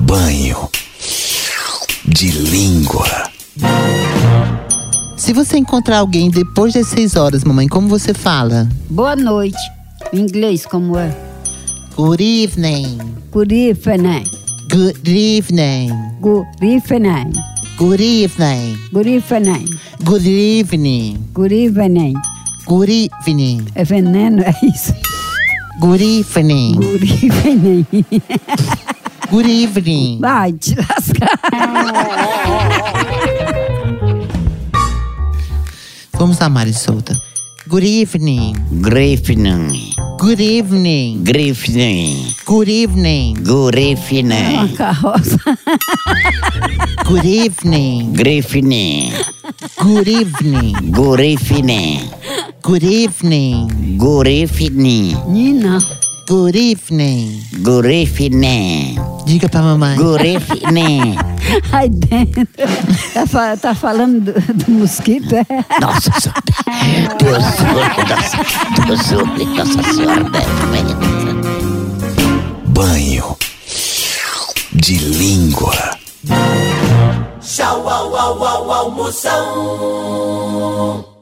Banho de língua. Se você encontrar alguém depois das seis horas, mamãe, como você fala? Boa noite. Em inglês, como é? Good evening. Good evening. Good evening. Good evening. Good evening. Good evening. Good evening. Good evening. Good evening. É veneno, é isso? Good evening. Good evening. Good evening. Vai te lascar. Vamos lá, Mari solta. Good evening. Griffin, Good evening. Griffin, Good evening. Griffin, Uma carroça. Good evening. Griffin, Good evening. Griffin, Good evening. Griffin, Nina. Good evening. Griffin, Diga pra mamãe. Griffin. Ai, dentro. Tá, fa- tá falando do, do mosquito, é? Nossa Senhora, Deus ouve, nossa, Deus ouve, Nossa Senhora, Beto, Banho de língua. Tchau, au, au, au, almoção.